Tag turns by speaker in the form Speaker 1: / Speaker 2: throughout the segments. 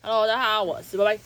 Speaker 1: Hello，大家好，我是拜拜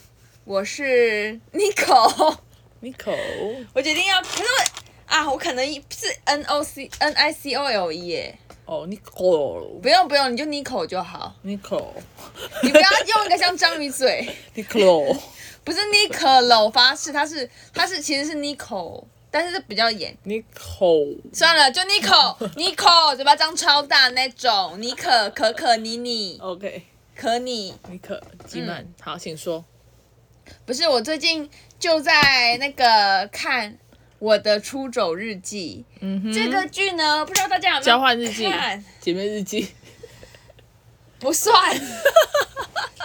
Speaker 2: 我是 n i c o
Speaker 1: Nico。
Speaker 2: 我决定要，可是我啊，我可能是 N O C N I C O L E，耶
Speaker 1: 哦，Nico，Nico，Nico，
Speaker 2: 不用不用，你就 n i c o 就好， 你不要用一个像章鱼嘴，
Speaker 1: Nico，
Speaker 2: 不是 Nicolo 发誓，它是它是其实是 n i c o 但是比较严，
Speaker 1: Nico，
Speaker 2: 算了，就 n i c o n i c o 嘴巴张超大那种，尼可可可妮妮
Speaker 1: OK，
Speaker 2: 可你，
Speaker 1: 尼克吉曼，
Speaker 2: 嗯
Speaker 1: 好，请说。
Speaker 2: 不是我最近就在那个看我的出走日记、
Speaker 1: 嗯哼，
Speaker 2: 这个剧呢，不知道大家有没有
Speaker 1: 交换日记
Speaker 2: 看、
Speaker 1: 姐妹日记，
Speaker 2: 不 算，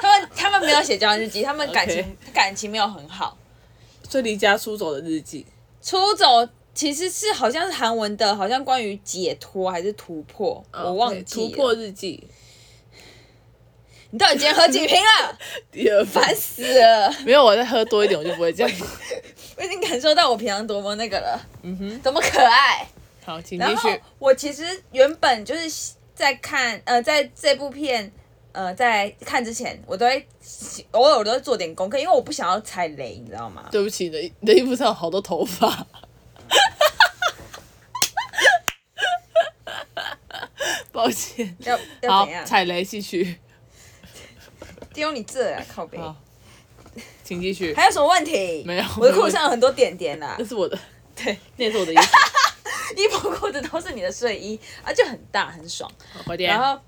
Speaker 2: 他们他们没有写交换日记，他们感情
Speaker 1: OK
Speaker 2: 感情没有很好。
Speaker 1: 最离家出走的日记。
Speaker 2: 出走其实是好像是韩文的，好像关于解脱还是突破，我哦忘记了
Speaker 1: 突破。日记
Speaker 2: 你到底今天喝几瓶 了？
Speaker 1: 第二版。
Speaker 2: 烦死了！
Speaker 1: 没有，我再喝多一点，我就不会这 样。
Speaker 2: 我已经感受到我平常多么那个了，
Speaker 1: 嗯哼，
Speaker 2: 多么可爱。
Speaker 1: 好，请继
Speaker 2: 然后
Speaker 1: 续。
Speaker 2: 我其实原本就是在看，呃，在这部片，呃，在看之前，我都会偶尔我都会做点功课，因为我不想要踩雷，你知道吗？
Speaker 1: 对不起，你的你的衣服上有好多头 发。抱歉。
Speaker 2: 要要
Speaker 1: 好
Speaker 2: 怎，样？
Speaker 1: 踩雷继续。
Speaker 2: 丢你这 啊，靠背。
Speaker 1: 好，请继续。
Speaker 2: 还有什么问题？
Speaker 1: 没有
Speaker 2: 我的裤上有很多点点啦
Speaker 1: 那，是我的，
Speaker 2: 对，
Speaker 1: 那也是我的衣服。
Speaker 2: 衣服裤子都是你的睡衣，啊，就很大很爽。
Speaker 1: 好快点。
Speaker 2: 然后，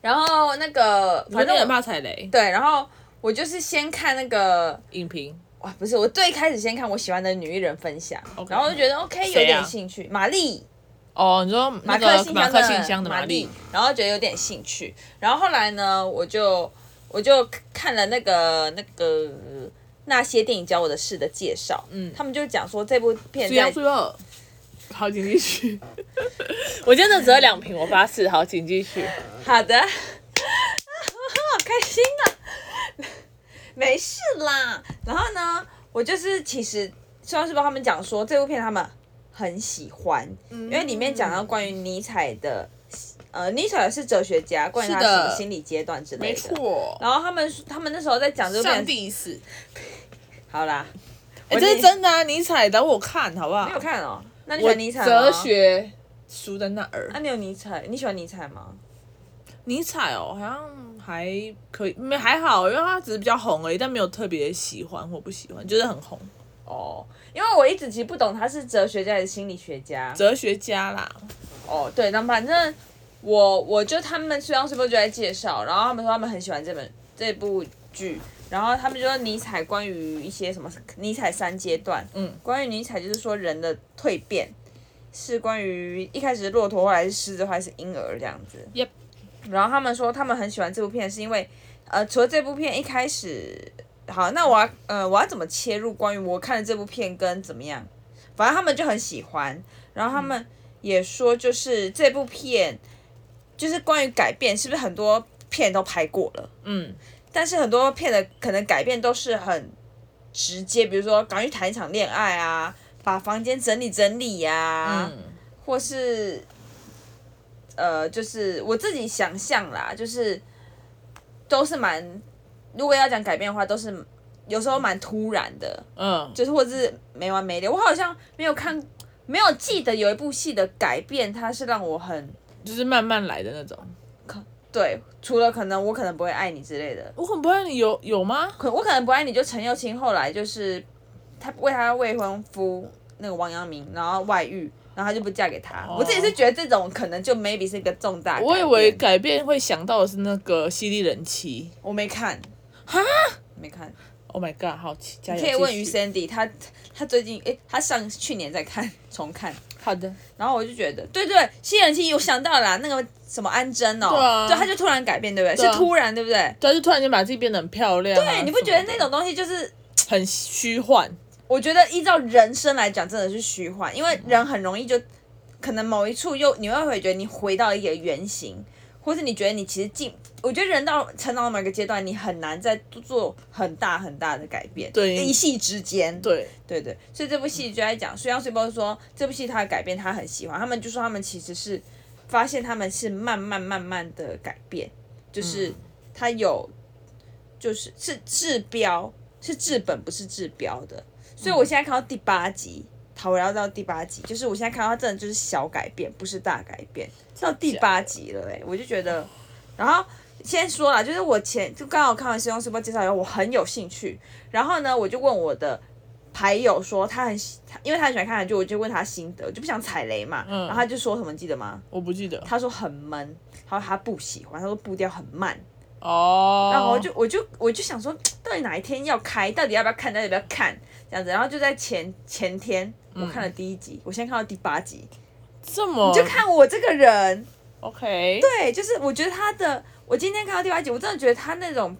Speaker 2: 然后那个，
Speaker 1: 反
Speaker 2: 反
Speaker 1: 正
Speaker 2: 正
Speaker 1: 很
Speaker 2: 我
Speaker 1: 怕踩雷。
Speaker 2: 对，然后我就是先看那个，
Speaker 1: 影评
Speaker 2: 哇，不是，我最开始先看我喜欢的女艺人分享
Speaker 1: OK
Speaker 2: 然后我就觉得 OK 有
Speaker 1: 谁啊
Speaker 2: 点兴趣，玛丽。
Speaker 1: 哦，你说
Speaker 2: 马
Speaker 1: 那
Speaker 2: 克
Speaker 1: 个
Speaker 2: 信
Speaker 1: 马
Speaker 2: 箱
Speaker 1: 克
Speaker 2: 的
Speaker 1: 信箱的玛丽，，
Speaker 2: 然后觉得有点兴趣，然后后来呢，我就我就看了那个那个那些电影教我的事的介绍，
Speaker 1: 嗯
Speaker 2: 他们就讲说这部片
Speaker 1: 苏阳
Speaker 2: 在
Speaker 1: 苏二。好，请继续。 我今天只喝两瓶，我发誓。好，请继续。
Speaker 2: 好的，啊 好开心啊，没事啦。然后呢，我就是其实虽然是帮他们讲说这部片他们很喜欢，
Speaker 1: 嗯
Speaker 2: 因为里面讲到关于尼采的。呃，尼采是哲学家，关于他
Speaker 1: 是的
Speaker 2: 的心理阶段之类
Speaker 1: 没
Speaker 2: 的。
Speaker 1: 错，
Speaker 2: 然后他们他们那时候在讲这个
Speaker 1: 上
Speaker 2: 片子，
Speaker 1: 帝已死。
Speaker 2: 好啦，
Speaker 1: 哎，
Speaker 2: 我
Speaker 1: 这是
Speaker 2: 你
Speaker 1: 真的啊！尼采的我看好不好
Speaker 2: 你有？看哦？那你喜
Speaker 1: 我
Speaker 2: 欢尼采吗？
Speaker 1: 哲。学书在那儿
Speaker 2: 那、。你有尼采？你喜欢尼采吗？
Speaker 1: 尼采哦，好像还可以，没还好，因为他只是比较红而已，但没有特别喜欢或不喜欢，就是很红。
Speaker 2: 哦，因为我一直其实不懂他是哲学家还是心理学家。
Speaker 1: 哲学家啦，
Speaker 2: 哦，对，那反正我我就他们虽然是不是就在介绍，然后他们说他们很喜欢这本这部剧，然后他们就说尼采关于一些什么尼采三阶段，
Speaker 1: 嗯，
Speaker 2: 关于尼采就是说人的蜕变是关于一开始是骆驼，后来是狮子，后来是婴儿这样子。
Speaker 1: Yep
Speaker 2: 然后他们说他们很喜欢这部片，是因为呃，除了这部片一开始，好，那我要呃我要怎么切入关于我看的这部片跟怎么样？反正他们就很喜欢，然后他们也说就是这部片就是关于改变，是不是很多片都拍过了？
Speaker 1: 嗯，
Speaker 2: 但是很多片的可能改变都是很直接，比如说赶快去谈一场恋爱啊，把房间整理整理呀、
Speaker 1: 嗯，
Speaker 2: 或是呃，就是我自己想象啦，就是都是蛮，如果要讲改变的话，都是有时候蛮突然的，
Speaker 1: 嗯，
Speaker 2: 就是或者是没完没了。我好像没有看，没有记得有一部戏的改变，它是让我很
Speaker 1: 就是慢慢来的那种。
Speaker 2: 对，除了可能我可能不会爱你之类的，
Speaker 1: 我很不爱你有有吗？
Speaker 2: 可我可能不爱你，就陈又青后来就是她为她未婚夫那个王阳明，然后外遇，然后她就不嫁给他。
Speaker 1: 哦
Speaker 2: 我自己是觉得这种可能就 maybe 是一个重大改变。
Speaker 1: 我以为改变会想到的是那个《犀利人妻
Speaker 2: 我没看，哈，没看。》。
Speaker 1: Oh my god，好奇，加油！
Speaker 2: 可以问于
Speaker 1: 继续
Speaker 2: Sandy，他他最近诶，他上去年在看重看，
Speaker 1: 好的，
Speaker 2: 然后我就觉得，对对，吸人期有想到啦，那个什么安贞哦，
Speaker 1: 对啊
Speaker 2: 他就突然改变，对不对？
Speaker 1: 对啊
Speaker 2: 是突然，对不对？
Speaker 1: 但是突然间把自己变得很漂亮啊、
Speaker 2: 对，你不觉得那
Speaker 1: 什么
Speaker 2: 种东西就是
Speaker 1: 的很虚幻？
Speaker 2: 我觉得依照人生来讲，真的是虚幻，因为人很容易就可能某一处又你又会觉得你回到一个原型，或是你觉得你其实进，我觉得人到成长到某一个阶段，你很难再做很大很大的改变，
Speaker 1: 对
Speaker 2: 一夕之间，
Speaker 1: 对，
Speaker 2: 对对，所以这部戏就在讲，虽然碎波说这部戏他的改变他很喜欢，他们就说他们其实是发现他们是慢慢慢慢的改变，就是他有就是是治标，是治本，不是治标的。所以我现在看到第八集，讨回到第八集，就是我现在看到它真的就是小改变，不是大改变，到第八集了哎、我就觉得，然后。先说啦，就是我前就刚好看完《西装书包》介绍以后，我很有兴趣。然后呢，我就问我的牌友说他很喜，他因为他很喜欢看韩剧，我就问他心得，我就不想踩雷嘛。然后他就说什么，你记得吗？
Speaker 1: 我不记得
Speaker 2: 他说很闷，他说他不喜欢，他说步调很慢。
Speaker 1: 哦。
Speaker 2: 然后我就我就我就想说，到底哪一天要开，到底要不要看，到底要不要看这样子。然后就在前前天，我看了第一集，我现在看到第八集，
Speaker 1: 这么
Speaker 2: 就看我这个人，
Speaker 1: OK，
Speaker 2: 对，就是我觉得他的，我今天看到第八集，我真的觉得他那种，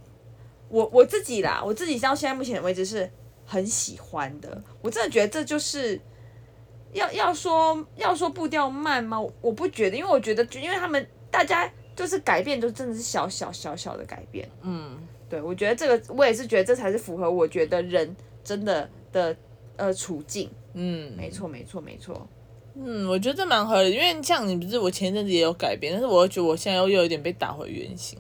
Speaker 2: 我我自己啦，我自己到现在目前为止是很喜欢的。我真的觉得这就是要要说要说步调慢吗？我我不觉得，因为我觉得就因为他们大家就是改变，就真的是小小小小的改变。
Speaker 1: 嗯，
Speaker 2: 对，我觉得这个我也是觉得这才是符合我觉得人真的的呃处境。
Speaker 1: 嗯，
Speaker 2: 没错，没错，没错。
Speaker 1: 嗯，我觉得这蛮合理的，因为像你不是我前一阵子也有改变，但是我又觉得我现在又又有点被打回原形，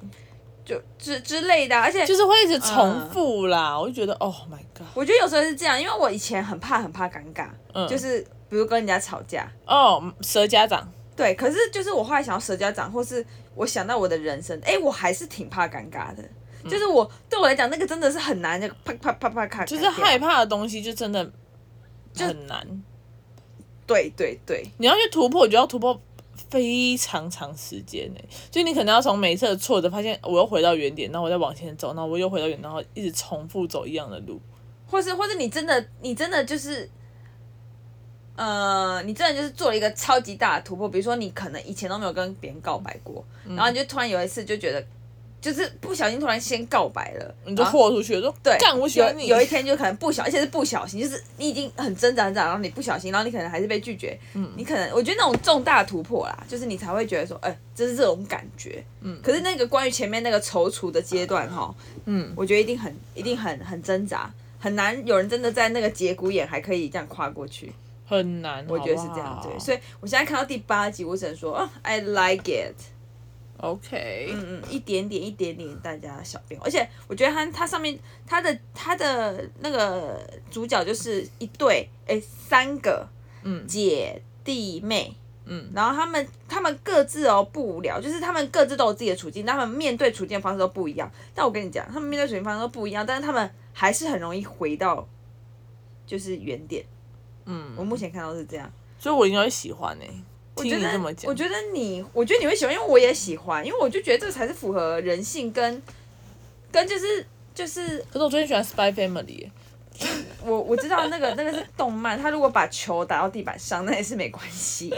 Speaker 2: 就之之类的啊，而且
Speaker 1: 就是会一直重
Speaker 2: 嗯
Speaker 1: 复啦，我就觉得 Oh my God，
Speaker 2: 我觉得有时候是这样，因为我以前很怕很怕尴尬，
Speaker 1: 嗯，
Speaker 2: 就是比如跟人家吵架，
Speaker 1: 哦，蛇家长，
Speaker 2: 对，可是就是我后来想要社交长，或是我想到我的人生，哎、我还是挺怕尴尬的。
Speaker 1: 嗯
Speaker 2: 就是我对我来讲，那个真的是很难，就啪啪啪啪卡，
Speaker 1: 就是害怕的东西就真的很难，
Speaker 2: 对对对，
Speaker 1: 你要去突破，我觉得要突破非常长时间呢、就你可能要从每一次的挫折发现我又回到原点，然后我再往前走，然后我又回到原点，然后一直重复走一样的路，
Speaker 2: 或是或是你真的你真的就是，呃，你真的就是做了一个超级大的突破，比如说你可能以前都没有跟别人告白过，
Speaker 1: 嗯
Speaker 2: 然后你就突然有一次就觉得，就是不小心突然先告白了，
Speaker 1: 你就
Speaker 2: 然后
Speaker 1: 豁出去了，说
Speaker 2: 啊对，
Speaker 1: 干我喜欢你，
Speaker 2: 有。有一天就可能不小，而且是不小心，就是你已经很挣扎很挣扎，然后你不小心，然后你可能还是被拒绝。嗯，你可能我觉得那种重大突破啦，就是你才会觉得说，哎、这是这种感觉。嗯，可是那个关于前面那个踌躇的阶段哈，
Speaker 1: 嗯，
Speaker 2: 我觉得一定很一定很很挣扎，很难有人真的在那个节骨眼还可以这样跨过去。
Speaker 1: 很难，
Speaker 2: 我觉得是这样，对。所
Speaker 1: 以
Speaker 2: 以我现在看到第八集，我只能说，啊，I like it。
Speaker 1: OK，
Speaker 2: 嗯，一点点一点点大家小变化，而且我觉得它它上面它的它的那个主角就是一对哎、诶三个
Speaker 1: 嗯
Speaker 2: 姐弟妹，
Speaker 1: 嗯
Speaker 2: 然后他们他们各自哦不无聊，就是他们各自都有自己的处境，但他们面对处境的方式都不一样。但我跟你讲，他们面对处境方式都不一样，但是他们还是很容易回到就是原点。
Speaker 1: 嗯，
Speaker 2: 我目前看到是这样。
Speaker 1: 所以我应该会喜欢呢、
Speaker 2: 我
Speaker 1: 听
Speaker 2: 觉
Speaker 1: 你
Speaker 2: 得
Speaker 1: 这么讲，
Speaker 2: 我觉得你，我觉得你会喜欢，因为我也喜欢，因为我就觉得这才是符合人性跟跟就是就是
Speaker 1: 可是我最近喜欢 Spy Family，耶、欸
Speaker 2: 我我知道那个那个是动漫，他如果把球打到地板上，那也是没关系。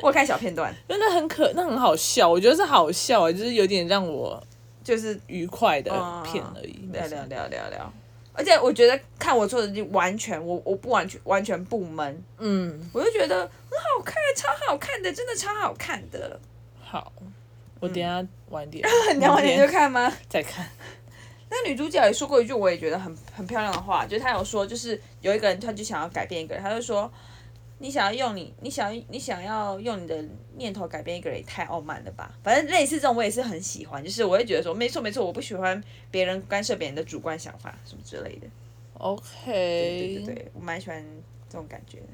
Speaker 2: 我看小片段，
Speaker 1: 真的很可，那很好笑，我觉得是好笑啊，就是有点让我
Speaker 2: 就是
Speaker 1: 愉快的
Speaker 2: 嗯
Speaker 1: 片而已。 没
Speaker 2: 聊
Speaker 1: 事
Speaker 2: 聊聊聊聊。而且我觉得看我做的就完全，我我不完全完全不闷，
Speaker 1: 嗯，
Speaker 2: 我就觉得很好看，超好看的，真的超好看的。
Speaker 1: 好，我等一下晚点，
Speaker 2: 嗯 你要晚点
Speaker 1: 明
Speaker 2: 就看吗？
Speaker 1: 再 看。
Speaker 2: 那女主角也说过一句我也觉得很很漂亮的话，就是她有说，就是有一个人他就想要改变一个人，他就说，你想要用你，你想要你想要用你的念头改变一个人，也太傲慢了吧？反正类似这种我也是很喜欢，就是我会觉得说，没错没错，我不喜欢别人干涉别人的主观想法什么之类的。
Speaker 1: OK，
Speaker 2: 对对对，我蛮喜欢这种感觉的。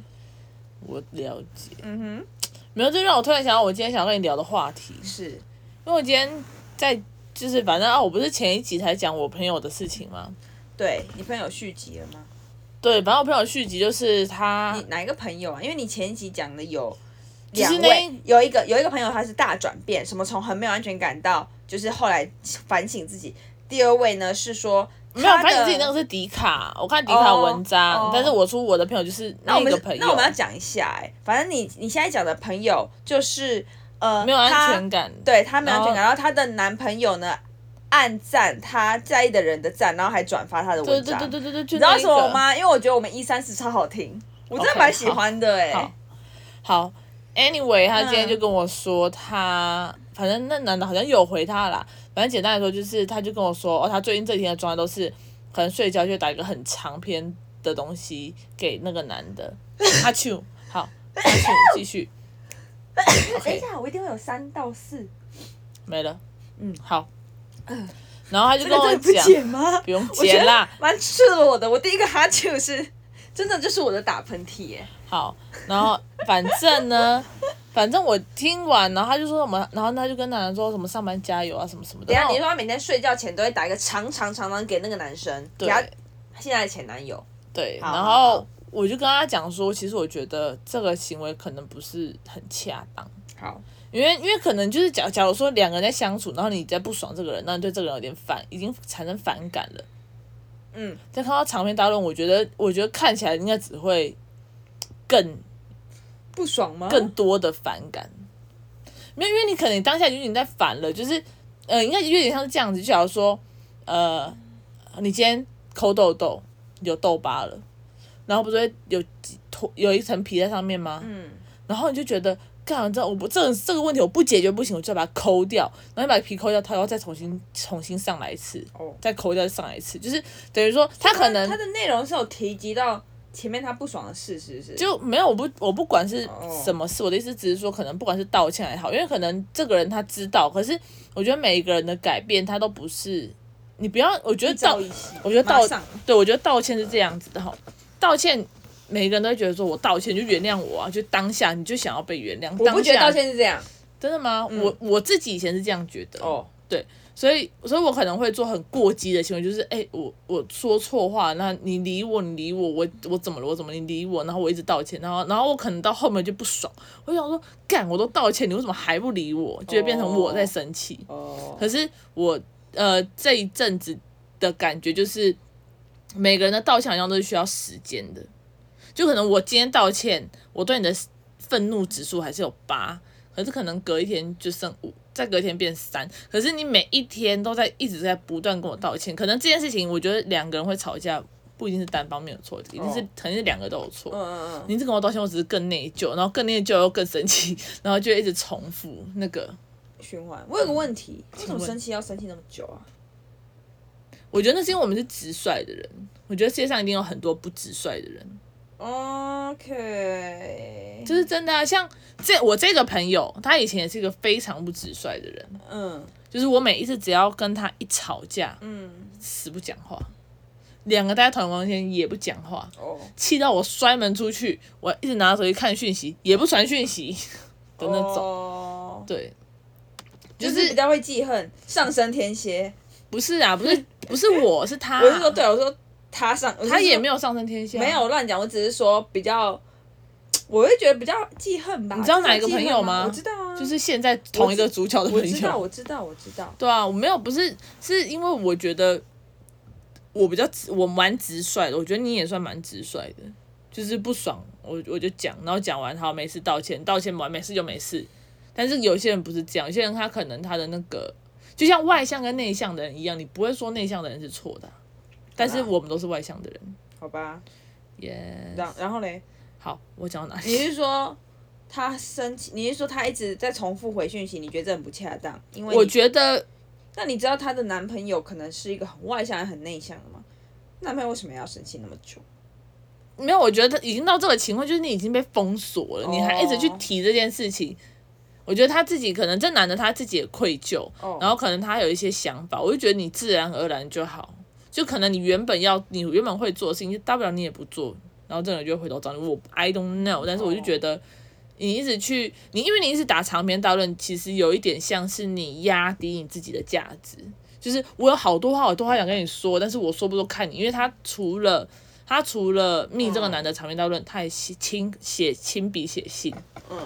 Speaker 1: 我了解。
Speaker 2: 嗯哼，
Speaker 1: 没有，这让我突然想到我今天想要跟你聊的话题，
Speaker 2: 是，
Speaker 1: 因为我今天在就是反正啊，我不是前一集才讲我朋友的事情吗？
Speaker 2: 对你朋友续集了吗？
Speaker 1: 对，反正我朋友续集就是他，
Speaker 2: 你哪一个朋友啊？因为你前一集讲的有
Speaker 1: 是
Speaker 2: 两
Speaker 1: 那
Speaker 2: 位，有一个有一个朋友他是大转变，什么从很没有安全感到就是后来反省自己。第二位呢是说没
Speaker 1: 没有，反正你自己那个是迪卡，我看迪卡
Speaker 2: 哦
Speaker 1: 文章，
Speaker 2: 哦
Speaker 1: 但是我出我的朋友就是
Speaker 2: 那我
Speaker 1: 个
Speaker 2: 们
Speaker 1: 朋友，
Speaker 2: 那我们要讲一下哎、反正你你现在讲的朋友就是呃
Speaker 1: 没有安全
Speaker 2: 感，
Speaker 1: 感，哦
Speaker 2: 对她没有安全
Speaker 1: 然
Speaker 2: 感，然后她的男朋友呢暗赞她在意的人的赞，然后还转发她的
Speaker 1: 对
Speaker 2: 文
Speaker 1: 对
Speaker 2: 章。
Speaker 1: 对对对对，就
Speaker 2: 你知道
Speaker 1: 那
Speaker 2: 为
Speaker 1: 一
Speaker 2: 什么
Speaker 1: 个？
Speaker 2: 吗？因为我觉得我们一三四超好听，我真的
Speaker 1: OK，
Speaker 2: 蛮喜
Speaker 1: 好
Speaker 2: 欢的哎、
Speaker 1: 好好，anyway，他今天
Speaker 2: 嗯
Speaker 1: 就跟我说他，反正那男的好像有回他啦，反正简单来说就是，他就跟我说，哦，他最近这几天的状态都是，可能睡觉就会打一个很长篇的东西给那个男的，阿 丘，好，阿丘继续
Speaker 2: 等一下，我一定会有三到四。
Speaker 1: 没了，
Speaker 2: 嗯
Speaker 1: 好，然后他就
Speaker 2: 这
Speaker 1: 跟
Speaker 2: 个
Speaker 1: 我
Speaker 2: 真的不
Speaker 1: 讲，
Speaker 2: 解吗？
Speaker 1: 不用
Speaker 2: 我觉
Speaker 1: 接
Speaker 2: 得
Speaker 1: 啦，
Speaker 2: 蛮赤裸的。我第一个哈欠是，真的就是我的打喷嚏耶。
Speaker 1: 好，然后反正 呢，反正我听完，然后他就说什么，然后他就跟男人说什么上班加油啊什么什么的。
Speaker 2: 等一
Speaker 1: 然
Speaker 2: 下
Speaker 1: 后
Speaker 2: 你说他每天睡觉前都会打一个长长长长给那个男生，给
Speaker 1: 对
Speaker 2: 他现在的前男友。
Speaker 1: 对，
Speaker 2: 好
Speaker 1: 然
Speaker 2: 好
Speaker 1: 后
Speaker 2: 好
Speaker 1: 我就跟他讲说，其实我觉得这个行为可能不是很恰当，
Speaker 2: 好，
Speaker 1: 因为因为可能就是假假如说两个人在相处，然后你在不爽这个人，那你对这个人有点反，已经产生反感了。
Speaker 2: 嗯，
Speaker 1: 再看到长篇大论，我觉得我觉得看起来应该只会更
Speaker 2: 不爽吗？
Speaker 1: 更多的反感。没有，因为你可能当下就已经在烦了，就是呃，应该有点像是这样子，就假如说呃，你今天抠痘痘有痘疤了，然后不是会有几坨有一层皮在上面吗？
Speaker 2: 嗯，
Speaker 1: 然后你就觉得。干，这我不这个这个问题我不解决不行，我就要把它抠掉，然后你把皮抠掉，它然后再重新重新上来一次，
Speaker 2: 哦，
Speaker 1: 再抠掉再上来一次，就是等于说他可能
Speaker 2: 他的内容是有提及到前面他不爽的事，是不是？
Speaker 1: 就没有，我不我不管是
Speaker 2: 哦
Speaker 1: 什么事，我的意思只是说，可能不管是道歉也好，因为可能这个人他知道，可是我觉得每一个人的改变，他都不是你不要，我觉得道
Speaker 2: 照一洗，
Speaker 1: 我觉得
Speaker 2: 马
Speaker 1: 道
Speaker 2: 上
Speaker 1: 对，我觉得道歉是这样子的哈，道歉每一个人都会觉得说我道歉你就原谅我啊，就当下你就想要被原谅，
Speaker 2: 我不觉得
Speaker 1: 当下
Speaker 2: 道歉是这样
Speaker 1: 真的吗？我我自己以前是这样觉得
Speaker 2: 哦，
Speaker 1: 所以，所以我可能会做很过激的行为，就是，哎、我我说错话，那你理我，你理我，我我怎么了，我怎么了你理我，然后我一直道歉，然后然后我可能到后面就不爽，我想说，干，我都道歉，你为什么还不理我？就会变成我在生气。
Speaker 2: 哦
Speaker 1: 可是我呃这一阵子的感觉就是，每个人的道歉好像都是需要时间的，就可能我今天道歉，我对你的愤怒指数还是有八，可是可能隔一天就剩五，再隔一天变三，可是你每一天都在一直在不断跟我道歉，可能这件事情我觉得两个人会吵架，不一定是单方面有错，一定是
Speaker 2: 哦
Speaker 1: 肯定是两个都有错。
Speaker 2: 嗯嗯嗯，
Speaker 1: 你一直跟我道歉，我只是更内疚，然后更内疚又更生气，然后就一直重复那个。
Speaker 2: 嗯循环。我有个问题，为什么
Speaker 1: 问
Speaker 2: 生气要生气那么久啊？
Speaker 1: 我觉得那是因为我们是直率的人。我觉得世界上一定有很多不直率的人，
Speaker 2: OK，
Speaker 1: 嗯这是真的、啊。像这我这个朋友，他以前也是一个非常不直率的人，
Speaker 2: 嗯
Speaker 1: 就是我每一次只要跟他一吵架，
Speaker 2: 嗯
Speaker 1: 死不讲话，两个待在同一个空间也不讲话，
Speaker 2: 哦
Speaker 1: 气到我摔门出去，我一直拿着手机看讯息，也不传讯息的那种。
Speaker 2: 种，
Speaker 1: 对，
Speaker 2: 哦就
Speaker 1: 就是
Speaker 2: 比
Speaker 1: 是
Speaker 2: 较会记恨，上升天蝎。
Speaker 1: 不是啊，不是不是我是他，
Speaker 2: 我是说，对，我说他上，我是
Speaker 1: 啊他也
Speaker 2: 说
Speaker 1: 没有上升天啊蝎、
Speaker 2: 没。有乱讲，我只是说比较，我会觉得比较记恨吧。
Speaker 1: 你知道哪一
Speaker 2: 这
Speaker 1: 个
Speaker 2: 算
Speaker 1: 朋
Speaker 2: 记恨
Speaker 1: 友
Speaker 2: 吗？
Speaker 1: 吗
Speaker 2: 我知道啊，
Speaker 1: 就是现在同一个主角的朋
Speaker 2: 我
Speaker 1: 友，
Speaker 2: 知道，我知道，我知道。
Speaker 1: 对啊，我没有，不是，是因为我觉得我比较直我蛮直率的，我觉得你也算蛮直率的，就是不爽我我就讲，然后讲完好没事道歉，道歉完没事就没事。但是有些人不是这样，有些人他可能他的那个就像外向跟内向的人一样，你不会说内向的人是错的啊，但是我们都是外向的人。
Speaker 2: 好吧，
Speaker 1: 耶、
Speaker 2: 然然后嘞，
Speaker 1: 好，我讲到哪
Speaker 2: 你
Speaker 1: 里？
Speaker 2: 是说他生气？你是说他一直在重复回讯息？你觉得这很不恰当？因为
Speaker 1: 我
Speaker 2: 你
Speaker 1: 觉得
Speaker 2: 那你知道她的男朋友可能是一个很外向、很内向的吗？男朋友为什么要生气那么久？
Speaker 1: 没有，我觉得已经到这个情况，就是你已经被封锁了，
Speaker 2: 哦
Speaker 1: 你还一直去提这件事情。我觉得他自己可能这男的他自己也愧疚，
Speaker 2: 哦
Speaker 1: 然后可能他有一些想法，我就觉得你自然而然就好，就可能你原本要你原本会做的事情，就大不了你也不做，然后这个人就会回头找你。我 I don't know，但是
Speaker 2: 哦
Speaker 1: 我就觉得你一直去你，因为你一直打长篇大论，其实有一点像是你压低你自己的价值。就是我有好多话，好多话想跟你说，但是我说不出看你，因为他除了他除了密这个男的长篇大论，他也写亲写亲笔写信，
Speaker 2: 嗯，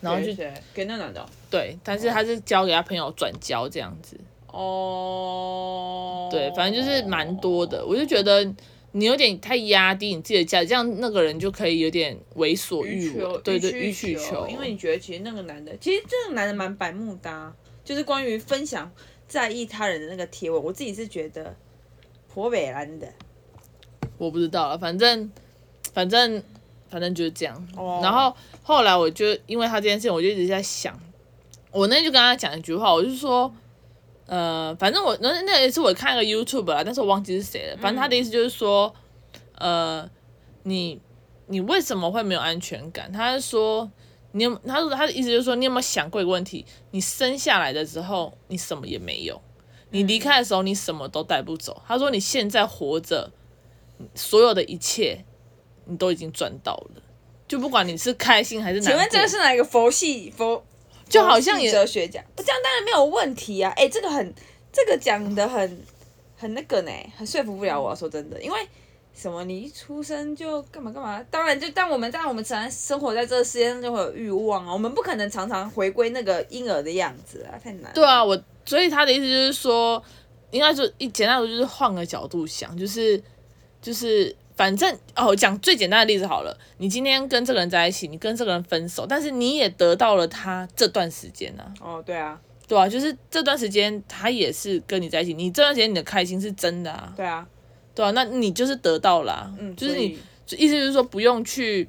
Speaker 1: 然后就
Speaker 2: 谁？给那男的哦。
Speaker 1: 对，但是他是交给他朋友转交这样子，
Speaker 2: 哦，
Speaker 1: 对，反正就是蛮多的。我就觉得你有点太压低你自己的价值，这样那个人就可以有点为所
Speaker 2: 欲
Speaker 1: 欲
Speaker 2: 求
Speaker 1: 为，，对对，
Speaker 2: 欲
Speaker 1: 欲取求。
Speaker 2: 因为你觉得其实那个男的，其实这个男的蛮白目的、啊，就是关于分享在意他人的那个贴文，我自己是觉得颇北蓝的。
Speaker 1: 我不知道了，反正反正反正就是这样。
Speaker 2: 哦
Speaker 1: 然后后来我就因为他这件事情，我就一直在想，我那天就跟他讲一句话，我就说，呃，反正我那那也是我看一个 YouTube 啦，但是我忘记是谁了。反正他的意思就是说，呃，你你为什么会没有安全感？他是说。你有，他说他的意思就是说，你有没有想过一个问题？你生下来的时候，你什么也没有，你离开的时候你什么都带不走。他说你现在活着，所有的一切你都已经赚到了，就不管你是开心还是难
Speaker 2: 请
Speaker 1: 过。
Speaker 2: 问这个是哪一个佛系佛？
Speaker 1: 就好像
Speaker 2: 佛系
Speaker 1: 也
Speaker 2: 哲学奖，不这样当然没有问题啊！哎、这个很，这个讲的很很那个呢，很说服不了我。说真的，因为什么？你一出生就干嘛干嘛？当然就，但我们当然我们常生活在这个世界上就会有欲望啊，我们不可能常常回归那个婴儿的样子啊，太难了。
Speaker 1: 对啊，我所以他的意思就是说，应该就一简单来说就是换个角度想，就是就是反正哦，我讲最简单的例子好了，你今天跟这个人在一起，你跟这个人分手，但是你也得到了他这段时间啊，
Speaker 2: 哦，对啊，
Speaker 1: 对啊，就是这段时间他也是跟你在一起，你这段时间你的开心是真的啊，
Speaker 2: 对啊，
Speaker 1: 对啊，那你就是得到了啊、
Speaker 2: 嗯，
Speaker 1: 就是
Speaker 2: 所
Speaker 1: 你
Speaker 2: 以
Speaker 1: 就意思就是说不用去。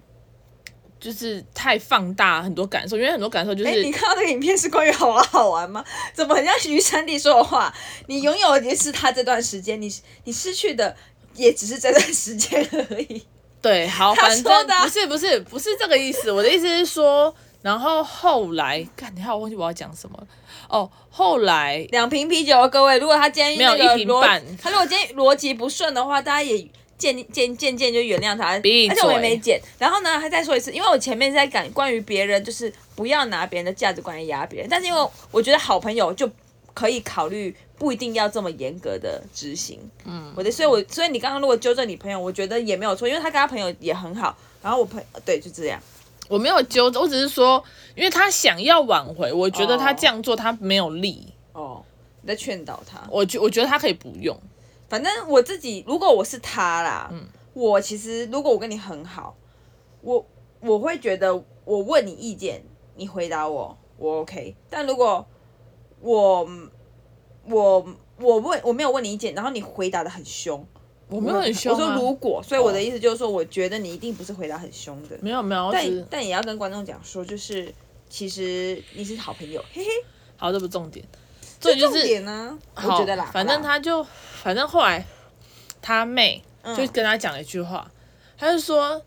Speaker 1: 就是太放大很多感受，因为很多感受就是、
Speaker 2: 哎、你看到那个影片是关于好玩啊好玩吗？怎么很像余三弟说的话？你拥有的也是他这段时间，你你失去的也只是这段时间而已。
Speaker 1: 对，好，
Speaker 2: 他
Speaker 1: 反正
Speaker 2: 说的啊
Speaker 1: 不是不是不是这个意思，我的意思是说，然后后来，看，你看我忘记我要讲什么了哦，后来
Speaker 2: 两瓶啤酒，各位，如果他今天
Speaker 1: 没有
Speaker 2: 那个
Speaker 1: 一瓶
Speaker 2: 逻
Speaker 1: 半
Speaker 2: 他如果今天逻辑不顺的话，大家也。渐渐渐渐就原谅他，而
Speaker 1: 闭
Speaker 2: 且我
Speaker 1: 嘴
Speaker 2: 也没剪。然后呢，还再说一次，因为我前面在讲关于别人，就是不要拿别人的价值观来压别人。但是因为我觉得好朋友就可以考虑，不一定要这么严格的执行。
Speaker 1: 嗯
Speaker 2: 我的，所以我所以你刚刚如果纠正你朋友，我觉得也没有错，因为他跟他朋友也很好。然后我朋对就这样，
Speaker 1: 我没有纠正，我只是说，因为他想要挽回，我觉得他
Speaker 2: 哦
Speaker 1: 这样做他没有力，
Speaker 2: 哦，你在劝导他。
Speaker 1: 我觉我觉得他可以不用，
Speaker 2: 反正我自己，如果我是他啦，
Speaker 1: 嗯
Speaker 2: 我其实如果我跟你很好，我我会觉得我问你意见，你回答我，我 OK。但如果我我我问我没有问你意见，然后你回答的很凶，
Speaker 1: 我没有很凶、啊，哦
Speaker 2: 我说如果，所以我的意思就是说，我觉得你一定不是回答很凶的。
Speaker 1: 没有没有，我只
Speaker 2: 但但也要跟观众讲说，就是其实你是好朋友，嘿嘿，
Speaker 1: 好，这不重点，重点就
Speaker 2: 重
Speaker 1: 是
Speaker 2: 点呢、我
Speaker 1: 好
Speaker 2: 觉得啦，
Speaker 1: 反正
Speaker 2: 好啦
Speaker 1: 他就反正后来他妹
Speaker 2: 嗯
Speaker 1: 就跟他讲了一句话，他就说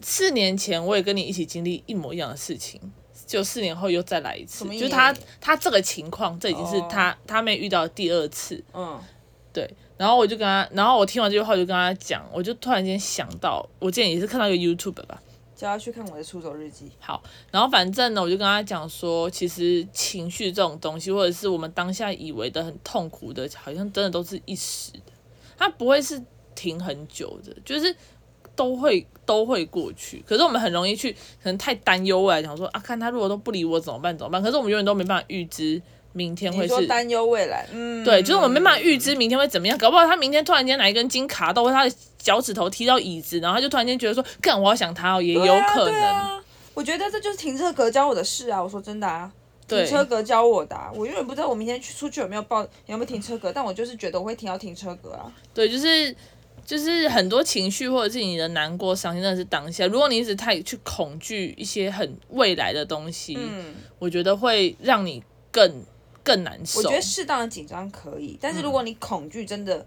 Speaker 1: 四年前我也跟你一起经历一模一样的事情，就四年后又再来一次
Speaker 2: 什，么意
Speaker 1: 就
Speaker 2: 思
Speaker 1: 是他他这个情况，这已经是
Speaker 2: 哦
Speaker 1: 他、他妹遇到的第二次，
Speaker 2: 嗯
Speaker 1: 对。然后我就跟他，然后我听完这句话我就跟他讲，我就突然间想到，我之前也是看到一个 YouTube 吧，
Speaker 2: 叫他去看我的出走日记，
Speaker 1: 好，然后反正呢，我就跟他讲说，其实情绪这种东西，或者是我们当下以为的很痛苦的，好像真的都是一时的，它不会是停很久的，就是都会都会过去。可是我们很容易去，可能太担忧未来，想说啊，看他如果都不理我怎么办怎么办？可是我们永远都没办法预知明天
Speaker 2: 你
Speaker 1: 会
Speaker 2: 说
Speaker 1: 是。
Speaker 2: 担忧未来，嗯，
Speaker 1: 对，就是我们没办法预知明天会怎么样，搞不好他明天突然间哪一根筋卡到，或者他的脚趾头踢到椅子，然后他就突然间觉得说，干，我好想他哦，也有
Speaker 2: 对啊
Speaker 1: 可能。
Speaker 2: 对啊我觉得这就是停车格教我的事啊！我说真的啊，
Speaker 1: 对
Speaker 2: 停车格教我的、啊。我永远不知道我明天去出去有没有报有没有停车格，但我就是觉得我会停到停车格啊。
Speaker 1: 对，就是就是很多情绪或者是你的难过、伤心，真的是当下。如果你一直太去恐惧一些很未来的东西，
Speaker 2: 嗯，
Speaker 1: 我觉得会让你更更难受。
Speaker 2: 我觉得适当的紧张可以，但是
Speaker 1: 嗯
Speaker 2: 如果你恐惧真的，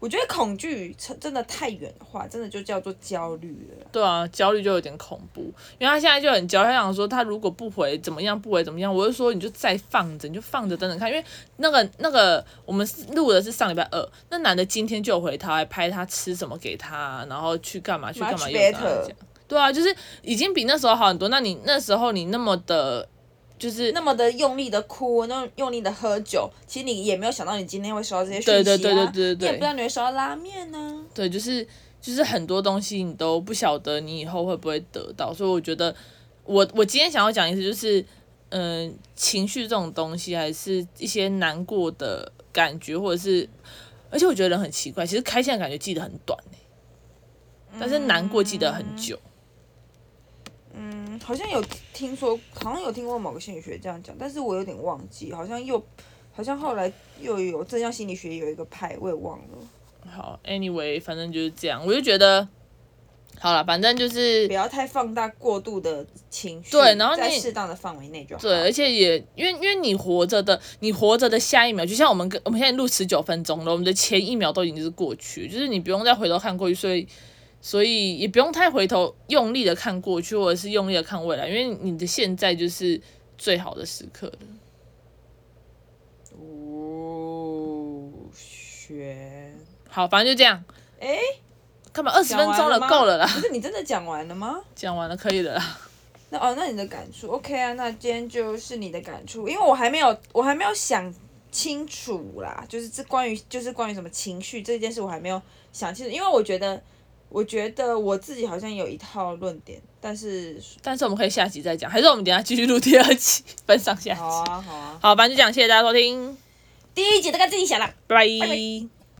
Speaker 2: 我觉得恐惧真的太远的话，真的就叫做焦虑了。
Speaker 1: 对啊，焦虑就有点恐怖，因为他现在就很焦虑，他想说他如果不回怎么样，不回怎么样，我就说你就再放着，你就放着等等看，因为那个那个我们是录的是上礼拜二，那男的今天就有回他，还拍他吃什么给他，然后去干嘛去干嘛
Speaker 2: Much
Speaker 1: 又跟他
Speaker 2: better
Speaker 1: 讲，对啊，就是已经比那时候好很多。那你那时候你那么的，就是
Speaker 2: 那么的用力的哭，那么用力的喝酒，其实你也没有想到你今天会收到这些讯息、啊，
Speaker 1: 对对对对对对
Speaker 2: 你也不知道你会收到拉面呢、
Speaker 1: 对，就是就是很多东西你都不晓得你以后会不会得到，所以我觉得我我今天想要讲一次就是，嗯、情绪这种东西还是一些难过的感觉，或者是，而且我觉得人很奇怪，其实开心的感觉记得很短、欸、但是难过记得很久。
Speaker 2: 嗯，好像有听说，好像有听过某个心理学这样讲，但是我有点忘记，好像又，好像后来又有正向心理学有一个派，我也忘了，
Speaker 1: 好，anyway，反正就是这样，我就觉得，好了，反正就是
Speaker 2: 不要太放大过度的情绪，
Speaker 1: 对然后
Speaker 2: 在
Speaker 1: 你
Speaker 2: 适当的范围内就好。
Speaker 1: 对，而且也因为因为你活着的，你活着的下一秒，就像我们跟我们现在录十九分钟了，我们的前一秒都已经是过去，就是你不用再回头看过去，所以所以也不用太回头用力的看过去，或者是用力的看未来，因为你的现在就是最好的时刻了。
Speaker 2: 哦，学。
Speaker 1: 好，反正就这样。
Speaker 2: 哎，
Speaker 1: 干嘛？二十分钟了，
Speaker 2: 讲完了吗
Speaker 1: 够了啦，
Speaker 2: 不是你真的讲完了吗？
Speaker 1: 讲完了，可以了啦。
Speaker 2: 那哦，那你的感触 OK 啊？那今天就是你的感触，因为我还没有，我还没有想清楚啦，就是这关于就是关于什么情绪这件事，我还没有想清楚，因为我觉得，我觉得我自己好像有一套论点，但是
Speaker 1: 但是我们可以下集再讲，还是我们等一下继续录第二集，分上下集。
Speaker 2: 好啊好啊，
Speaker 1: 好，反正就这样，谢谢大家收听，
Speaker 2: 第一集大概自己想啦。
Speaker 1: 拜
Speaker 2: 拜
Speaker 1: 拜